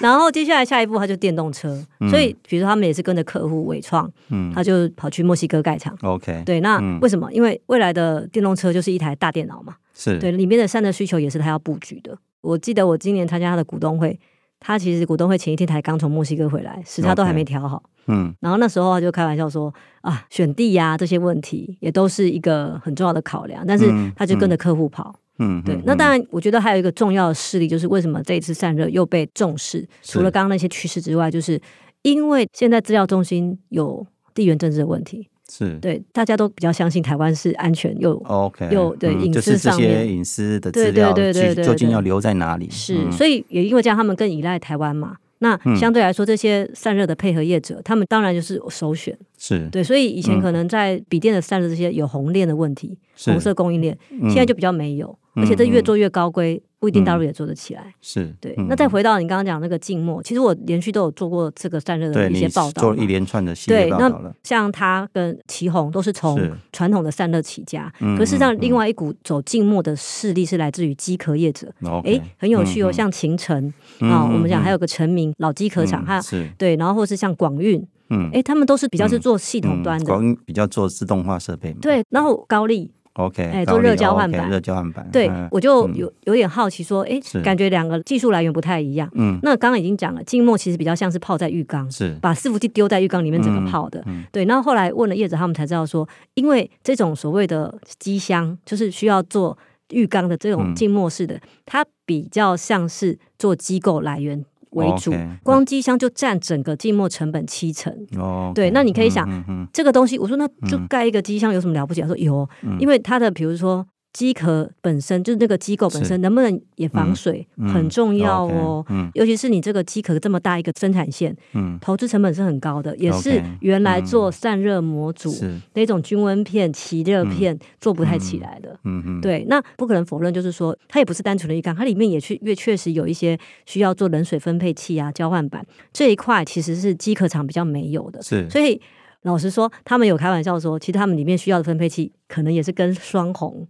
[SPEAKER 4] 然后接下来下一步它就电动车，所以比如说他们也是跟着客户伟创，
[SPEAKER 3] 嗯
[SPEAKER 4] 他就跑去墨西哥盖厂。
[SPEAKER 3] ，OK，
[SPEAKER 4] 对，那
[SPEAKER 3] 嗯
[SPEAKER 4] 为什么？因为未来的电动车就是一台大电脑嘛，
[SPEAKER 3] 是，
[SPEAKER 4] 对，里面的散热需求也是他要布局的。我记得我今年参加他的股东会，他其实股东会前一天才刚从墨西哥回来，时差都还
[SPEAKER 3] OK
[SPEAKER 4] 没调好。
[SPEAKER 3] 嗯
[SPEAKER 4] 然后那时候他就开玩笑说啊，选地呀、这些问题也都是一个很重要的考量，但是
[SPEAKER 3] 嗯
[SPEAKER 4] 他就跟着客户跑。
[SPEAKER 3] 嗯，
[SPEAKER 4] 对
[SPEAKER 3] 嗯，
[SPEAKER 4] 那
[SPEAKER 3] 嗯
[SPEAKER 4] 当然，我觉得还有一个重要的事例，就是为什么这一次散热又被重视，
[SPEAKER 3] 是
[SPEAKER 4] 除了刚刚那些趋势之外，就是因为现在资料中心有地缘政治的问题，
[SPEAKER 3] 是
[SPEAKER 4] 对，大家都比较相信台湾是安全又。
[SPEAKER 3] OK，
[SPEAKER 4] 有对
[SPEAKER 3] 嗯
[SPEAKER 4] 隐
[SPEAKER 3] 就
[SPEAKER 4] 私
[SPEAKER 3] 是这
[SPEAKER 4] 上
[SPEAKER 3] 些
[SPEAKER 4] 面
[SPEAKER 3] 隐私的
[SPEAKER 4] 对
[SPEAKER 3] 资
[SPEAKER 4] 对
[SPEAKER 3] 料
[SPEAKER 4] 对对
[SPEAKER 3] 去
[SPEAKER 4] 对
[SPEAKER 3] 究竟
[SPEAKER 4] 对
[SPEAKER 3] 要留在哪里？
[SPEAKER 4] 是，
[SPEAKER 3] 嗯
[SPEAKER 4] 所以也因为这样，他们更依赖台湾嘛。那
[SPEAKER 3] 嗯
[SPEAKER 4] 相对来说，这些散热的配合业者，他们当然就是首选。
[SPEAKER 3] 是
[SPEAKER 4] 对，所以以前
[SPEAKER 3] 嗯
[SPEAKER 4] 可能在笔电的散热这些有红链的问题，
[SPEAKER 3] 是
[SPEAKER 4] 红色供应链，现在就比较没有，
[SPEAKER 3] 嗯
[SPEAKER 4] 而且这越
[SPEAKER 3] 嗯
[SPEAKER 4] 做越高规，不一定大陆也做得起来。
[SPEAKER 3] 是
[SPEAKER 4] 对，
[SPEAKER 3] 嗯
[SPEAKER 4] 那再回到你刚刚讲那个静默，其实我连续都有做过这个散热
[SPEAKER 3] 对
[SPEAKER 4] 的一
[SPEAKER 3] 你
[SPEAKER 4] 些报道
[SPEAKER 3] 做
[SPEAKER 4] 嘛。
[SPEAKER 3] 一连串的系列
[SPEAKER 4] 对，
[SPEAKER 3] 报
[SPEAKER 4] 那
[SPEAKER 3] 道了，
[SPEAKER 4] 像他跟祁宏都是从
[SPEAKER 3] 是
[SPEAKER 4] 传统的散热起家，
[SPEAKER 3] 嗯
[SPEAKER 4] 可是事实上
[SPEAKER 3] 嗯嗯
[SPEAKER 4] 另外一股走静默的势力是来自于机壳业者，
[SPEAKER 3] OK，
[SPEAKER 4] 诶，很有趣哦，
[SPEAKER 3] 嗯
[SPEAKER 4] 像秦城
[SPEAKER 3] 嗯
[SPEAKER 4] 啊，
[SPEAKER 3] 嗯
[SPEAKER 4] 我们讲
[SPEAKER 3] 嗯
[SPEAKER 4] 还有个陈明老机壳厂，
[SPEAKER 3] 嗯
[SPEAKER 4] 他
[SPEAKER 3] 是
[SPEAKER 4] 对，然后或是像广运，
[SPEAKER 3] 嗯
[SPEAKER 4] 诶，他们都是比较是做系统
[SPEAKER 3] 嗯
[SPEAKER 4] 端的
[SPEAKER 3] 广，义比较做自动化设备嘛，
[SPEAKER 4] 对，然后高丽，
[SPEAKER 3] ，OK，
[SPEAKER 4] 哎
[SPEAKER 3] 高
[SPEAKER 4] 做热
[SPEAKER 3] 力
[SPEAKER 4] 交换
[SPEAKER 3] OK，
[SPEAKER 4] 板
[SPEAKER 3] 热交换板，
[SPEAKER 4] 对
[SPEAKER 3] 嗯
[SPEAKER 4] 我就
[SPEAKER 3] 嗯
[SPEAKER 4] 有有点好奇说，诶，
[SPEAKER 3] 是
[SPEAKER 4] 感觉两个技术来源不太一样。
[SPEAKER 3] 嗯
[SPEAKER 4] 那刚刚已经讲了，静默其实比较像是泡在浴缸，
[SPEAKER 3] 是
[SPEAKER 4] 把伺服器丢在浴缸里面整个泡的。
[SPEAKER 3] 嗯
[SPEAKER 4] 对，然后后来问了业者，他们才知道说，因为这种所谓的机箱，就是需要做浴缸的这
[SPEAKER 3] 嗯
[SPEAKER 4] 种静默式的，它比较像是做机构来源为主，
[SPEAKER 3] 哦 OK，
[SPEAKER 4] 光机箱就占整个静默成本七成。
[SPEAKER 3] 哦，
[SPEAKER 4] 对那你可以想
[SPEAKER 3] 嗯嗯
[SPEAKER 4] 这个东西，我说那就盖一个机箱有什么了不起？他说有，因为它的比如说。机壳本身就是那个机构本
[SPEAKER 3] 是
[SPEAKER 4] 身能不能也防水、
[SPEAKER 3] 嗯
[SPEAKER 4] 很重要
[SPEAKER 3] OK，
[SPEAKER 4] 哦，
[SPEAKER 3] 嗯
[SPEAKER 4] 尤其是你这个机壳这么大一个生产线，
[SPEAKER 3] 嗯
[SPEAKER 4] 投资成本是很高的，也是
[SPEAKER 3] OK，嗯
[SPEAKER 4] 原来做散热模组、
[SPEAKER 3] 是
[SPEAKER 4] 那种均温片、齐热片、做不太起来的。
[SPEAKER 3] 嗯嗯
[SPEAKER 4] 对，那不可能否认，就是说它也不是单纯的浴缸，它里面也去越确实有一些需要做冷水分配器啊、交换板这一块，其实是机壳厂比较没有的。
[SPEAKER 3] 是
[SPEAKER 4] 所以老实说，他们有开玩笑说，其实他们里面需要的分配器可能也是跟双红、呃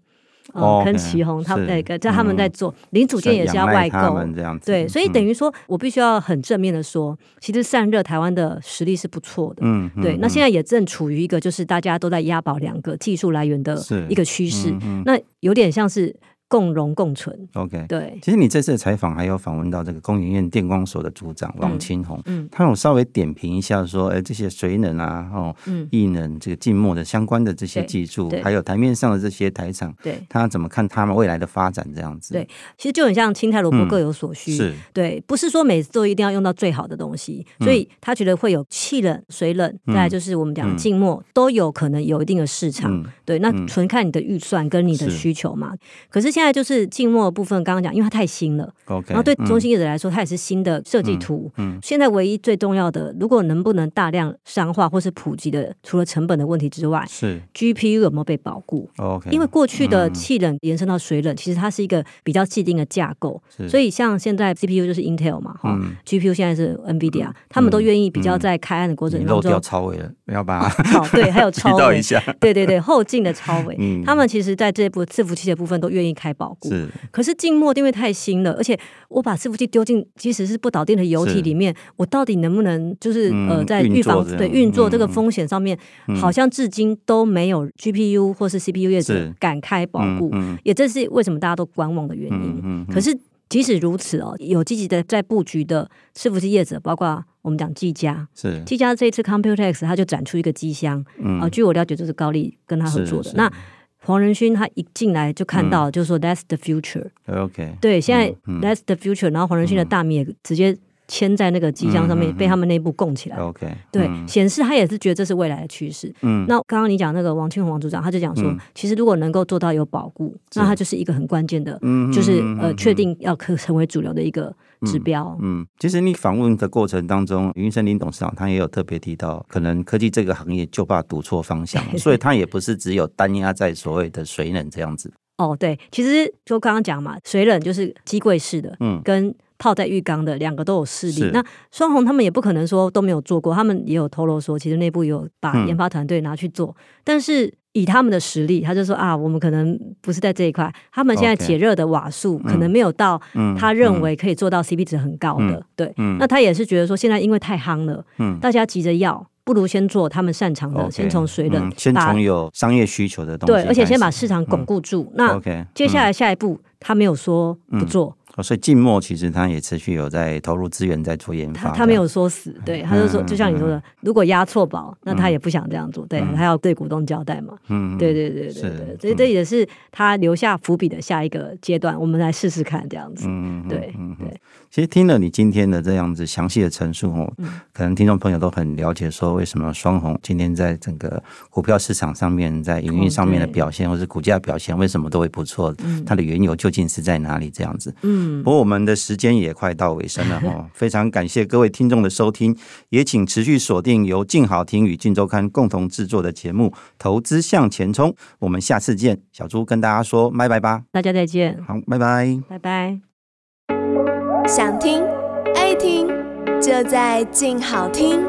[SPEAKER 3] 哦 OK，
[SPEAKER 4] 跟旗红他们
[SPEAKER 3] 是
[SPEAKER 4] 对，跟在他们在
[SPEAKER 3] 嗯
[SPEAKER 4] 做、零组件也是
[SPEAKER 3] 仰
[SPEAKER 4] 要外
[SPEAKER 3] 赖
[SPEAKER 4] 购
[SPEAKER 3] 他们这样子，嗯
[SPEAKER 4] 对，所以等
[SPEAKER 3] 于
[SPEAKER 4] 于说我必须要很正面的说，其实散热台湾的实力是不错的。
[SPEAKER 3] 嗯
[SPEAKER 4] 对，那现
[SPEAKER 3] 在
[SPEAKER 4] 在也正处于一个就是大家都在押宝两个技术来源的
[SPEAKER 3] 是
[SPEAKER 4] 一个趋势，
[SPEAKER 3] 嗯
[SPEAKER 4] 那有点像是共荣共存。
[SPEAKER 3] OK。
[SPEAKER 4] 对，
[SPEAKER 3] 其实你这次的采访还有访问到这个工研院电光所的组长王
[SPEAKER 4] 嗯
[SPEAKER 3] 清红，
[SPEAKER 4] 嗯
[SPEAKER 3] 他有稍微点评一下说，哎，这些水冷啊、哦、
[SPEAKER 4] 嗯，
[SPEAKER 3] 艺能这个静默的相关的这些
[SPEAKER 4] 对
[SPEAKER 3] 技术，
[SPEAKER 4] 对
[SPEAKER 3] 还有台面上的这些台厂，
[SPEAKER 4] 对，
[SPEAKER 3] 他怎么看他们未来的发展这样子？
[SPEAKER 4] 对其实就很像青菜萝卜
[SPEAKER 3] 嗯
[SPEAKER 4] 各有所需。
[SPEAKER 3] 是
[SPEAKER 4] 对，不是说每次都一定要用到最好的东西，所以他觉得会有气冷、水冷，再来就是我们讲
[SPEAKER 3] 嗯
[SPEAKER 4] 的静默，都有可能有一定的市场。
[SPEAKER 3] 嗯
[SPEAKER 4] 对，那
[SPEAKER 3] 嗯
[SPEAKER 4] 纯看你的预算跟你的
[SPEAKER 3] 是
[SPEAKER 4] 需求嘛。可是现在就是静默的部分，刚刚讲，因为它太新了，
[SPEAKER 3] ，OK，
[SPEAKER 4] 然后哦对中
[SPEAKER 3] 嗯
[SPEAKER 4] 心业者来说，它也是新的设计图。
[SPEAKER 3] 嗯嗯
[SPEAKER 4] 现在唯一最重要的，如果能不能大量商化或是普及的，除了成本的问题之外
[SPEAKER 3] 是
[SPEAKER 4] ，GPU 有没有被保护？
[SPEAKER 3] OK，
[SPEAKER 4] 因为过去的
[SPEAKER 3] 嗯
[SPEAKER 4] 气冷延伸到水冷，其实它是一个比较既定的架构，
[SPEAKER 3] 是
[SPEAKER 4] 所以像现在 CPU 就是 Intel 嘛，哈、
[SPEAKER 3] 嗯
[SPEAKER 4] g p u 现在是 NVIDIA，他们都愿意比较
[SPEAKER 3] 嗯
[SPEAKER 4] 在开案的过程
[SPEAKER 3] 你
[SPEAKER 4] 当
[SPEAKER 3] 漏掉
[SPEAKER 4] 中，
[SPEAKER 3] 超伟了，要把它
[SPEAKER 4] 哦，对，还有
[SPEAKER 3] 提
[SPEAKER 4] 超
[SPEAKER 3] 到
[SPEAKER 4] 微
[SPEAKER 3] 一，下，
[SPEAKER 4] 对对对，后劲的超微，
[SPEAKER 3] 嗯
[SPEAKER 4] 他们其实在这部伺服器的部分都愿意开保固。
[SPEAKER 3] 是
[SPEAKER 4] 可是静默因为太新了，而且我把伺服器丢进即使是不导电的油
[SPEAKER 3] 是
[SPEAKER 4] 体里面，我到底能不能就是、
[SPEAKER 3] 嗯
[SPEAKER 4] 呃在
[SPEAKER 3] 运
[SPEAKER 4] 预
[SPEAKER 3] 作
[SPEAKER 4] 防
[SPEAKER 3] 这样
[SPEAKER 4] 对运作这个
[SPEAKER 3] 嗯
[SPEAKER 4] 风险上面，
[SPEAKER 3] 嗯
[SPEAKER 4] 好像至今都没有 GPU 或是 CPU 业
[SPEAKER 3] 是
[SPEAKER 4] 者敢开保
[SPEAKER 3] 嗯
[SPEAKER 4] 固，
[SPEAKER 3] 嗯
[SPEAKER 4] 也正是为什么大家都观望的原因。
[SPEAKER 3] 嗯嗯嗯
[SPEAKER 4] 可是即使如此哦，有积极的在布局的伺服器业者，包括我们讲技嘉。
[SPEAKER 3] 是
[SPEAKER 4] 技嘉这一次 Computex，它就展出一个机箱，啊、
[SPEAKER 3] 嗯
[SPEAKER 4] 据我了解就是高丽跟他合
[SPEAKER 3] 是
[SPEAKER 4] 作的。
[SPEAKER 3] 是
[SPEAKER 4] 那黄仁勋他一进来就看到，就说 That's the future，
[SPEAKER 3] OK
[SPEAKER 4] 对，现在
[SPEAKER 3] 嗯嗯嗯
[SPEAKER 4] That's the future，然后黄仁勋的大米也直接签在那个机箱
[SPEAKER 3] 嗯
[SPEAKER 4] 上
[SPEAKER 3] 嗯
[SPEAKER 4] 面，
[SPEAKER 3] 嗯
[SPEAKER 4] 被他们内部供起来。
[SPEAKER 3] OK
[SPEAKER 4] 啊对，
[SPEAKER 3] 嗯
[SPEAKER 4] 显示他也是觉得这是未来的趋势。
[SPEAKER 3] 嗯
[SPEAKER 4] 那刚刚你讲那个王庆红王组长，他就讲说，
[SPEAKER 3] 嗯
[SPEAKER 4] 其实如果能够做到有保固，那它就是一个很关键的，
[SPEAKER 3] 嗯
[SPEAKER 4] 就是
[SPEAKER 3] 嗯嗯
[SPEAKER 4] 呃，
[SPEAKER 3] 嗯
[SPEAKER 4] 确定要可 成为主流的一个指标。
[SPEAKER 3] 嗯，其实你访问的过程当中，云森林董事长他也有特别提到，可能科技这个行业就怕赌错方向， 所以他也不是只有单压在所谓的水冷这样子。
[SPEAKER 4] 哦，对，其实就刚刚讲嘛，水冷就是机柜式的，
[SPEAKER 3] 嗯
[SPEAKER 4] 跟泡在浴缸的两个都有势力
[SPEAKER 3] 是。
[SPEAKER 4] 那双红他们也不可能说都没有做过，他们也有透露说，其实内部也有把
[SPEAKER 3] 嗯
[SPEAKER 4] 研发团队拿去做，但是以他们的实力，他就说啊，我们可能不是在这一块，他们现在
[SPEAKER 3] OK
[SPEAKER 4] 解热的瓦数可能没有到
[SPEAKER 3] 嗯
[SPEAKER 4] 他认为可以做到 CP 值很高的，对，
[SPEAKER 3] 嗯
[SPEAKER 4] 那他也是觉得说现在因为太夯了，
[SPEAKER 3] 嗯
[SPEAKER 4] 大家急着要，不如先做他们擅长的
[SPEAKER 3] OK，
[SPEAKER 4] 先从水冷
[SPEAKER 3] 嗯，先
[SPEAKER 4] 把
[SPEAKER 3] 从有商业需求的东西开
[SPEAKER 4] 对，
[SPEAKER 3] 始，
[SPEAKER 4] 而且先把市场巩固住。那
[SPEAKER 3] 嗯 OK
[SPEAKER 4] 接下
[SPEAKER 3] 来、
[SPEAKER 4] 来下一步，他没有说不做，
[SPEAKER 3] 哦所以静默其实它也持续有在投入资源在做研嗯发
[SPEAKER 4] 他
[SPEAKER 3] 这样，
[SPEAKER 4] 他没有说死，对，他就说，
[SPEAKER 3] 嗯嗯
[SPEAKER 4] 就像你说的，如果押错宝，那他也不想这样做，对，他要对股东交代嘛。
[SPEAKER 3] 嗯，嗯，
[SPEAKER 4] 对对对
[SPEAKER 3] 是嗯
[SPEAKER 4] 对对，所以这也是他留下伏笔的下一个阶段，我们来试试看这样子。
[SPEAKER 3] 嗯，嗯嗯
[SPEAKER 4] 对对，
[SPEAKER 3] 其实听了你今天的这样子详细的陈述哦，
[SPEAKER 4] 嗯
[SPEAKER 3] 可能听众朋友都很了解，说为什么双红今天在整个股票市场上面、在营运上面的
[SPEAKER 4] 哦对
[SPEAKER 3] 表现，或是股价表现，为什么都会不错？它的缘由究竟是在哪里？这样子。
[SPEAKER 4] 嗯，
[SPEAKER 3] 不过我们的时间也快到尾声了 哈，非常感谢各位听众的收听，也请持续锁定由静好听与静周刊共同制作的节目《投资向前冲》，我们下次见。小猪跟大家说拜拜吧，
[SPEAKER 4] 大家再见，
[SPEAKER 3] 好，拜拜。
[SPEAKER 4] 拜拜。
[SPEAKER 5] 想听爱听，就在静好听。